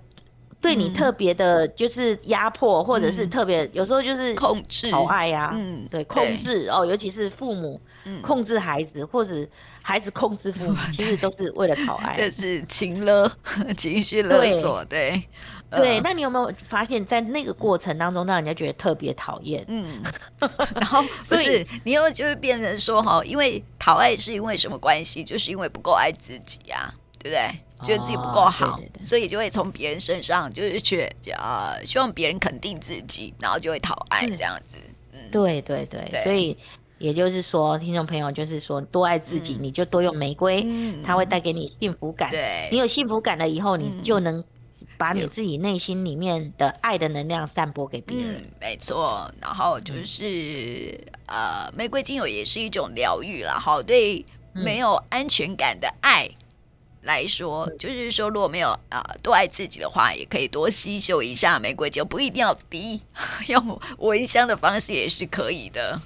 Speaker 2: 对你
Speaker 1: 嗯
Speaker 2: 特别的，就是压迫，或者是
Speaker 1: 嗯
Speaker 2: 特别有时候就是
Speaker 1: 控制，
Speaker 2: 讨爱呀、
Speaker 1: 嗯
Speaker 2: 对，控制哦，尤其是父母
Speaker 1: 嗯，
Speaker 2: 控制孩子，或者孩子控制 父母，其实都是为了讨爱。
Speaker 1: 这是情勒，情绪勒
Speaker 2: 对
Speaker 1: 索，对，呃
Speaker 2: 对，那你有没有发现，在那个过程当中，让人家觉得特别讨厌？
Speaker 1: 嗯， 然 后不是
Speaker 2: 对
Speaker 1: 你又就会变成说哈，因为讨爱是因为什么关系？就是因为不够爱自己呀、对不对？觉得自己不够
Speaker 2: 哦
Speaker 1: 好，
Speaker 2: 对对对
Speaker 1: 所以就会从别人身上就是去呃，希望别人肯定自己，然后就会讨爱
Speaker 2: 是
Speaker 1: 这样子。
Speaker 2: 对对对，
Speaker 1: 对
Speaker 2: 所以也就是说，听众朋友就是说，多爱自己，
Speaker 1: 嗯
Speaker 2: 你就多用玫瑰，
Speaker 1: 嗯
Speaker 2: 它会带给你幸福感。你
Speaker 1: 对，
Speaker 2: 有幸福感了以后，你
Speaker 1: 嗯
Speaker 2: 就能把你
Speaker 1: 有
Speaker 2: 自己内心里面的爱的能量散播给别人。
Speaker 1: 嗯，没错。然后就是、呃，玫瑰精油也是一种疗愈啦，好，对
Speaker 2: 嗯
Speaker 1: 没有安全感的爱来说，就是说如果没有啊、呃多爱自己的话，也可以多吸嗅一下玫瑰精油，不一定 要滴，用闻香的方式也是可以的。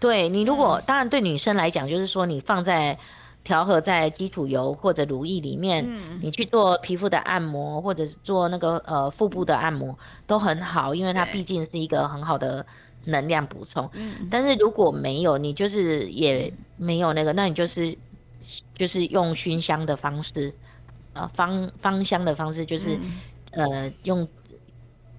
Speaker 2: 对你，如
Speaker 1: 嗯
Speaker 2: 果、当然对女生来讲，就是说你放在调和在基础油或者乳液里面，
Speaker 1: 嗯
Speaker 2: 你去做皮肤的按摩，或者是做那个呃腹部的按摩都很好，因为它
Speaker 1: 对
Speaker 2: 毕竟是一个很好的能量补充。
Speaker 1: 嗯，
Speaker 2: 但是如果没有，你就是也没有那个，那你就是就是用熏香的方式，呃，芳芳香的方式，就是、
Speaker 1: 嗯
Speaker 2: 呃，用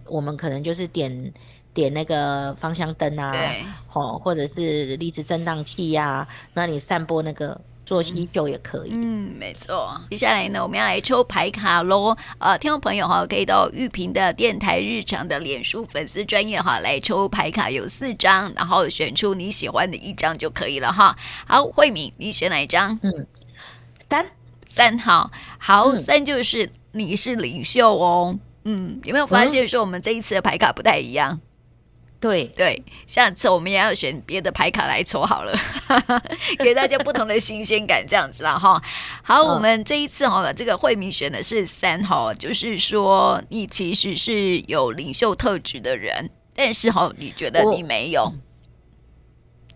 Speaker 2: 我们可能就是点点那个芳香灯啊，
Speaker 1: 对，
Speaker 2: 哦，或者是离子振荡器呀、那你散播那个做吸嗅也可以。
Speaker 1: 嗯，没错。接下来呢，我们要来抽牌卡喽。呃，听众朋友哈，可以到玉萍的电台日常的脸书粉丝专业哈来抽牌卡，有四张，然后选出你喜欢的一张就可以了哈。好，慧敏，你选哪一张？
Speaker 2: 三，
Speaker 1: 三号。好，
Speaker 2: 嗯
Speaker 1: 三就是你是领袖哦。嗯，有没有发现说我们这一次的牌卡不太一样？
Speaker 2: 对，
Speaker 1: 对，下次我们也要选别的牌卡来抽好了， 给大家不同的新鲜感，这样子啦哈。好，
Speaker 2: 嗯
Speaker 1: 我们这一次哈，这个惠民选的是三哈，就是说你其实是有领袖特质的人，但是哈，你觉得
Speaker 2: 我
Speaker 1: 你没有，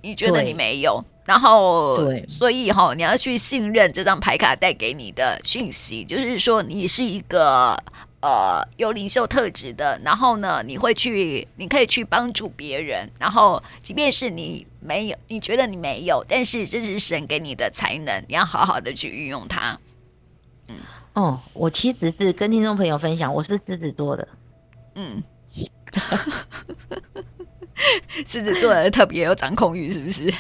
Speaker 1: 你觉得
Speaker 2: 对
Speaker 1: 你没有，然后
Speaker 2: 对
Speaker 1: 所以哈，你要去信任这张牌卡带给你的讯息，就是说你是一个呃有领袖特质的，然后呢，你会去，你可以去帮助别人，然后即便是你没有，你觉得你没有，但是这是神给你的才能，你要好好的去运用它。
Speaker 2: 哦，我其实是跟听众朋友分享，我是狮子座 的，
Speaker 1: 嗯，狮子座人特别有掌控欲，是不是？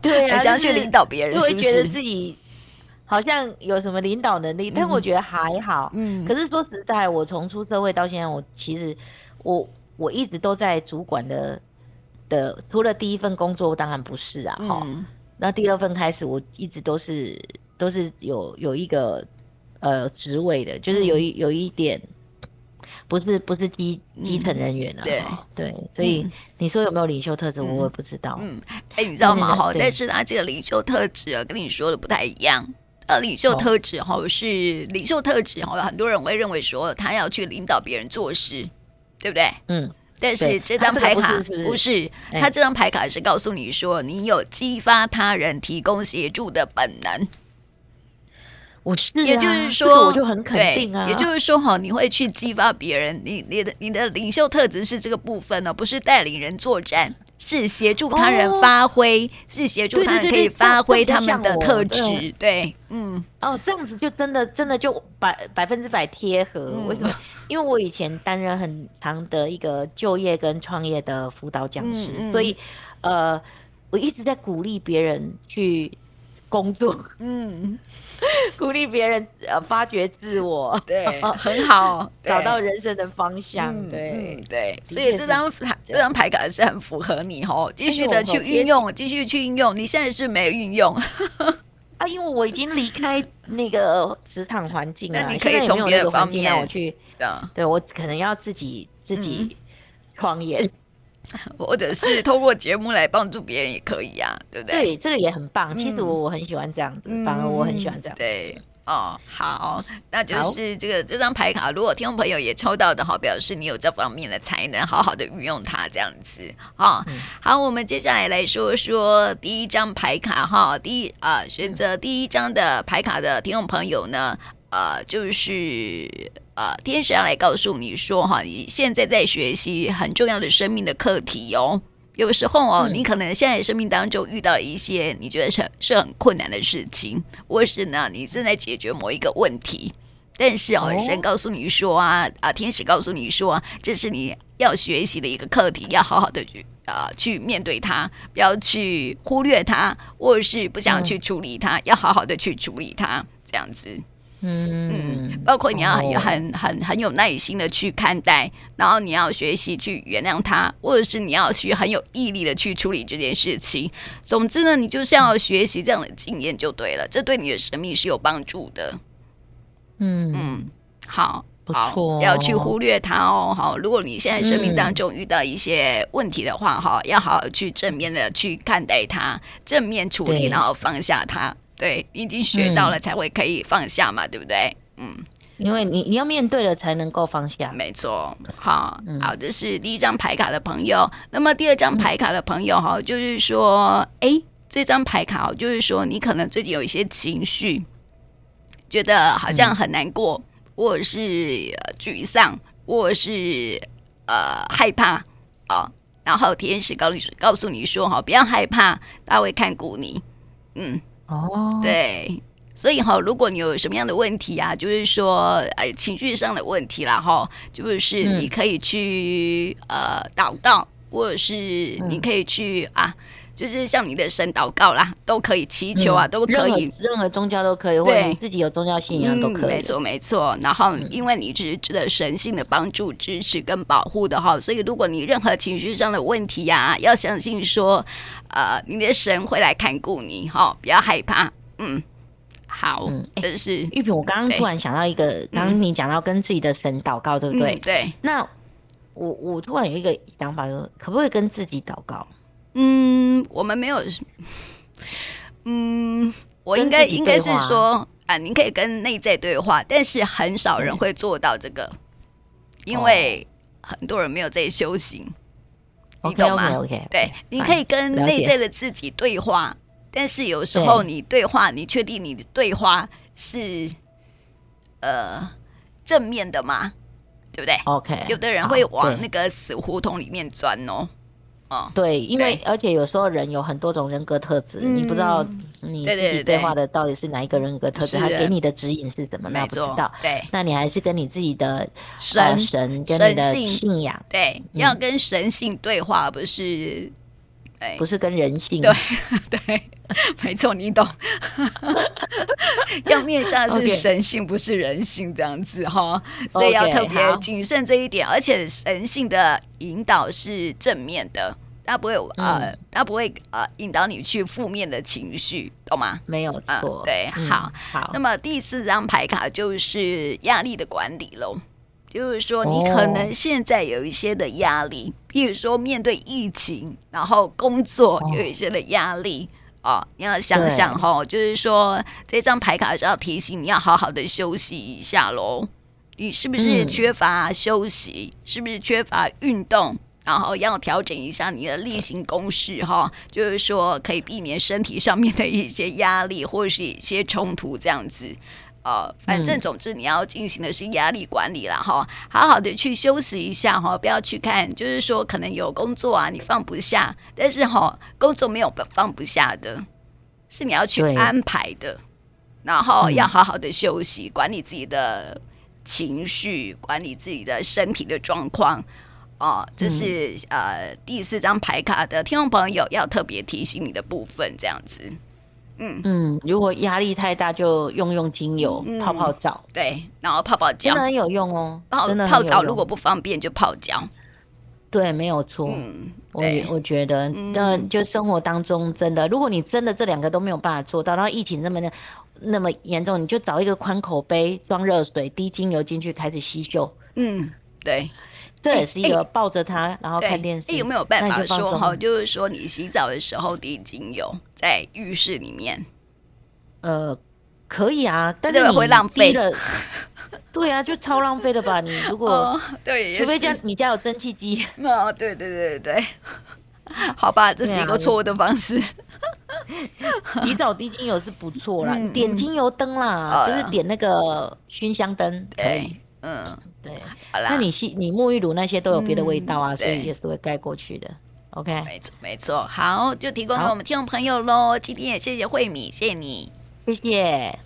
Speaker 2: 对啊，
Speaker 1: 很想去
Speaker 2: 就是
Speaker 1: 领导别人，
Speaker 2: 就会
Speaker 1: 是不
Speaker 2: 觉得
Speaker 1: 是？
Speaker 2: 自己好像有什么领导能力，但我
Speaker 1: 嗯
Speaker 2: 觉得还好。
Speaker 1: 嗯
Speaker 2: 可是说实在，我从出社会到现在，我其实我我一直都在主管的的，除了第一份工作当然不是啊，哈、
Speaker 1: 嗯
Speaker 2: 那第二份开始，我一直都是都是有有一个呃职位的，就是有一有一点。不是不是基基层
Speaker 1: 嗯嗯
Speaker 2: 人员啊，
Speaker 1: 对
Speaker 2: 哈对，所以
Speaker 1: 嗯
Speaker 2: 你说有没有领袖特质，
Speaker 1: 嗯
Speaker 2: 我也不知道。
Speaker 1: 嗯，哎、你知道吗？
Speaker 2: 对对
Speaker 1: 哈，
Speaker 2: 对
Speaker 1: 但是他这个领袖特质啊，跟你说的不太一样。呃，领袖
Speaker 2: 哦
Speaker 1: 特质哈、是领袖特质哈，很多人会认为说他要去领导别人做事，对不对？
Speaker 2: 嗯，
Speaker 1: 但是
Speaker 2: 对
Speaker 1: 这
Speaker 2: 他
Speaker 1: 张
Speaker 2: 这个
Speaker 1: 牌
Speaker 2: 不
Speaker 1: 卡
Speaker 2: 是是不是
Speaker 1: 不是，
Speaker 2: 哎
Speaker 1: 他这张牌卡是告诉你说你有激发他人、提供协助的本能。
Speaker 2: 我是、啊，
Speaker 1: 也就是
Speaker 2: 这个
Speaker 1: 说，
Speaker 2: 我就很肯
Speaker 1: 对
Speaker 2: 定啊。
Speaker 1: 也就是说，哈，你会去激发别人，你你的你的领袖特质是这个部分呢、不是带领人作战，是协助他人
Speaker 2: 哦
Speaker 1: 发挥，是协助
Speaker 2: 对
Speaker 1: 他
Speaker 2: 对
Speaker 1: 人
Speaker 2: 对
Speaker 1: 可以
Speaker 2: 对这样
Speaker 1: 发挥
Speaker 2: 这
Speaker 1: 他
Speaker 2: 样
Speaker 1: 们的
Speaker 2: 像我
Speaker 1: 特
Speaker 2: 对
Speaker 1: 质。对，嗯，
Speaker 2: 哦，这样子就真的真的就百百分之百贴合。
Speaker 1: 嗯
Speaker 2: 为什么？因为我以前担任很长的一个就业跟创业的辅导讲师，
Speaker 1: 嗯嗯
Speaker 2: 所以呃，我一直在鼓励别人去工作，
Speaker 1: 嗯，
Speaker 2: 鼓励别人呃发掘自我，
Speaker 1: 对，很好，
Speaker 2: 找
Speaker 1: 对
Speaker 2: 哦到人生的方向。
Speaker 1: 嗯
Speaker 2: 对，
Speaker 1: 嗯对，所
Speaker 2: 确
Speaker 1: 以这
Speaker 2: 是
Speaker 1: 张牌这张牌卡是很符合你哦，继续的
Speaker 2: 哎我
Speaker 1: 去
Speaker 2: 我
Speaker 1: 运用，继续去运用。你现在是没有运用，
Speaker 2: 啊，因为我已经离开那个职场环境了，
Speaker 1: 那你可以
Speaker 2: 现在也
Speaker 1: 从
Speaker 2: 没有
Speaker 1: 别
Speaker 2: 那
Speaker 1: 的
Speaker 2: 个环
Speaker 1: 方
Speaker 2: 境让
Speaker 1: 面
Speaker 2: 我去，
Speaker 1: 的，嗯
Speaker 2: 对我可能要自己自己创业。
Speaker 1: 或者是透过节目来帮助别人也可以呀、对不对？
Speaker 2: 对，这个也很棒。其实
Speaker 3: 嗯
Speaker 2: 我我很喜欢这样子，
Speaker 3: 嗯
Speaker 2: 反而我很喜欢这样。
Speaker 1: 对。哦，好，那就
Speaker 2: 好
Speaker 1: 是这个这张牌卡，如果听众朋友也抽到的话，表示你有这方面的才能，好好的运用它，这样子哦。
Speaker 2: 嗯
Speaker 1: 好，我们接下来来说说第一张牌卡哈，第一啊、呃选择第一张的牌卡的听众朋友呢，呃，就是呃，天使要来告诉你说哈，你现在在学习很重要的生命的课题哦。有时候哦，
Speaker 2: 嗯
Speaker 1: 你可能现在生命当中遇到一些你觉得是很是很困难的事情，或是呢，你正在解决某一个问题，但是哦，
Speaker 2: 哦
Speaker 1: 神告诉你说啊，啊，天使告诉你说啊，这是你要学习的一个课题，要好好的去啊、去面对它，不要去忽略它，或是不想
Speaker 2: 嗯
Speaker 1: 去处理它，要好好的去处理它，这样子。嗯
Speaker 2: 嗯，
Speaker 1: 包括你要很有
Speaker 2: 哦
Speaker 1: 很很很有耐心的去看待，然后你要学习去原谅他，或者是你要去很有毅力的去处理这件事情。总之呢，你就是要学习这样的经验就对了，这对你的生命是有帮助的。
Speaker 2: 嗯，
Speaker 1: 嗯，好。
Speaker 2: 不
Speaker 1: 好
Speaker 2: 错，哦
Speaker 1: 不要去忽略它哦。好，如果你现在生命当中遇到一些问题的话，哈、要好好去正面的去看待它，正面处理，
Speaker 2: 对嗯
Speaker 1: 然后放下它。对你已经学到了，才会可以放下嘛，对不对？嗯。
Speaker 2: 因为你你要面对了才能够放下。
Speaker 1: 没错，好、
Speaker 2: 嗯
Speaker 1: 好，这是第一张牌卡的朋友。那么第二张牌卡的朋友哈，就是说，诶，这张牌卡哦就是说，你可能最近有一些情绪，觉得好像很难过，或者是、呃、沮丧，或者是呃害怕啊、然后天使告诉你告诉你说哈，不要害怕，他会看顾你。嗯，
Speaker 2: 哦，，
Speaker 1: 对，所以哈、如果你有什么样的问题啊，就是说，哎，情绪上的问题啦，哈，就是
Speaker 2: 嗯
Speaker 1: 你可以去、呃祷告，或者是你
Speaker 2: 嗯
Speaker 1: 可以去、啊，就是向你的神祷告啦，都可以祈求啊，都可以。
Speaker 2: 嗯任何，任何宗教都可以，或者
Speaker 1: 对
Speaker 2: 你自己有宗教信仰都可以。
Speaker 1: 嗯
Speaker 2: 嗯
Speaker 1: 没错没错。然后，因为你是值得神性的帮助、支持跟保护的哈，所以如果你任何情绪上的问题呀、要相信说，呃，你的神会来看顾你哈，不要害怕。嗯，好，
Speaker 2: 嗯哎
Speaker 1: 这是
Speaker 2: 玉萍，我刚
Speaker 1: 对
Speaker 2: 刚突然想到一个，刚刚你讲到跟自己的神祷告，对不对？
Speaker 1: 嗯、对，
Speaker 2: 那我我突然有一个想法，就是可不可以跟自己祷告？
Speaker 1: 嗯，我们没有，嗯，我
Speaker 2: 跟
Speaker 1: 应该
Speaker 2: 自己
Speaker 1: 应该是
Speaker 2: 对话
Speaker 1: 说啊，您可以跟内在对话，但是很少
Speaker 2: 嗯
Speaker 1: 人会做到这个，因为
Speaker 2: 哦
Speaker 1: 很多人没有在修行，你懂吗
Speaker 2: o k o k o k
Speaker 1: 对，你可以跟
Speaker 2: 嗯了
Speaker 1: 内
Speaker 2: 解
Speaker 1: 在的自己对话，但是有时候
Speaker 2: 对
Speaker 1: 你对话，你确定你的对话是呃正面的吗？对不对？
Speaker 2: OK，
Speaker 1: 有的人会
Speaker 2: 好
Speaker 1: 往
Speaker 2: 对
Speaker 1: 那个死胡同里面钻哦，哦，
Speaker 2: 对，因为
Speaker 1: 对
Speaker 2: 而且有时候人有很多种人格特质，你不知道
Speaker 1: 嗯对
Speaker 2: 你自
Speaker 1: 对对
Speaker 2: 己对
Speaker 1: 对
Speaker 2: 话的到底是哪一个人格特质，
Speaker 1: 是
Speaker 2: 他
Speaker 1: 的
Speaker 2: 给你的指引是什么，
Speaker 1: 没
Speaker 2: 那不知
Speaker 1: 错
Speaker 2: 道。，
Speaker 1: 对。
Speaker 2: 那你还是跟你自己的呃、
Speaker 1: 神
Speaker 2: 神跟
Speaker 1: 神
Speaker 2: 你的
Speaker 1: 性
Speaker 2: 信仰，
Speaker 1: 对，
Speaker 2: 嗯
Speaker 1: 要跟神性对话，不是？哎
Speaker 2: 不，是跟人性。
Speaker 1: 对 对，没错，你懂。 要面向是
Speaker 2: OK
Speaker 1: 神性，不是人性，这样子哈，所以要
Speaker 2: OK，
Speaker 1: 特别
Speaker 2: 好
Speaker 1: 谨慎这一点。而且神性的引导是正面的，它不会呃
Speaker 2: 嗯，
Speaker 1: 它不会呃引导你去负面的情绪，懂吗？
Speaker 2: 没有
Speaker 1: 嗯
Speaker 2: 错。
Speaker 1: 对
Speaker 2: 嗯
Speaker 1: 好
Speaker 2: 好
Speaker 1: 那，么第四张牌卡就是压力的管理喽，就是说你
Speaker 2: 哦
Speaker 1: 可能现在有一些的压力，譬如说面对疫情，然后工作
Speaker 2: 哦
Speaker 1: 有一些的压力。哦，你要想
Speaker 2: 对
Speaker 1: 想吼，就是说这张牌卡是要提醒你要好好的休息一下喽。你是不是
Speaker 2: 嗯
Speaker 1: 缺乏休息？是不是缺乏运动？然后要调整一下你的例行公事哈，就是说可以避免身体上面的一些压力或者是一些冲突这样子。呃，反正
Speaker 2: 嗯
Speaker 1: 总之你要进行的是压力管理啦哈，好好的去休息一下哈，不要去看，就是说可能有工作啊你放不下，但是哈工作没有放不下的，是你要去
Speaker 2: 对
Speaker 1: 安排的，然后
Speaker 2: 嗯
Speaker 1: 要好好的休息，管理自己的情绪，管理自己的身体的状况。哦，这是、
Speaker 2: 嗯
Speaker 1: 呃第四张牌卡的听众朋友要特别提醒你的部分，这样子。嗯，
Speaker 2: 嗯，如果压力太大，就用用精油、
Speaker 1: 嗯
Speaker 2: 泡泡澡，
Speaker 1: 对。然后泡泡
Speaker 2: 真
Speaker 1: 脚
Speaker 2: 的，很有用哦。
Speaker 1: 泡
Speaker 2: 真的很
Speaker 1: 泡
Speaker 2: 有
Speaker 1: 澡
Speaker 2: 用
Speaker 1: 如果不方便就泡脚。
Speaker 2: 对，没有错。
Speaker 1: 嗯，
Speaker 2: 哦我
Speaker 1: 对
Speaker 2: 也，我觉得，那、
Speaker 1: 嗯
Speaker 2: 就生活当中真的，如果你真的这两个都没有办法做到，然后疫情那么的那么严重，你就找一个宽口杯装热水，滴精油进去开始吸嗅，
Speaker 1: 嗯，对，
Speaker 2: 这也是一个抱着它然后
Speaker 1: 对，
Speaker 2: 看电视。
Speaker 1: 哎有没有办
Speaker 2: 那
Speaker 1: 法
Speaker 2: 你就放
Speaker 1: 说
Speaker 2: 松
Speaker 1: 哈？
Speaker 2: 了
Speaker 1: 就是说你洗澡的时候，你已经有在浴室里面，
Speaker 2: 呃，可以啊，但
Speaker 1: 对
Speaker 2: 是
Speaker 1: 吧
Speaker 2: 你
Speaker 1: 会浪费
Speaker 2: 低了。对啊，就超浪费的吧？你如果
Speaker 1: 哦，对，也
Speaker 2: 除非家
Speaker 1: 是，
Speaker 2: 你家有蒸汽机，
Speaker 1: 哦，对对对对 对，好吧，这是
Speaker 2: 对
Speaker 1: 一
Speaker 2: 啊
Speaker 1: 个错误的方式，
Speaker 2: 洗澡滴精油是不错啦
Speaker 1: 嗯，
Speaker 2: 点精油灯啦，
Speaker 1: 哦
Speaker 2: 就是点那个熏香灯。可以
Speaker 1: 对，嗯，
Speaker 2: 对，
Speaker 1: 好啦
Speaker 2: 那，你洗你沐浴乳那些都有别的味道啊，
Speaker 1: 嗯
Speaker 2: 所以
Speaker 1: 对
Speaker 2: 也是会盖过去的。OK，
Speaker 1: 没错没错，好，就提供给
Speaker 2: 好
Speaker 1: 我们听众朋友喽。今天也谢谢慧敏，谢谢你。
Speaker 2: 谢谢。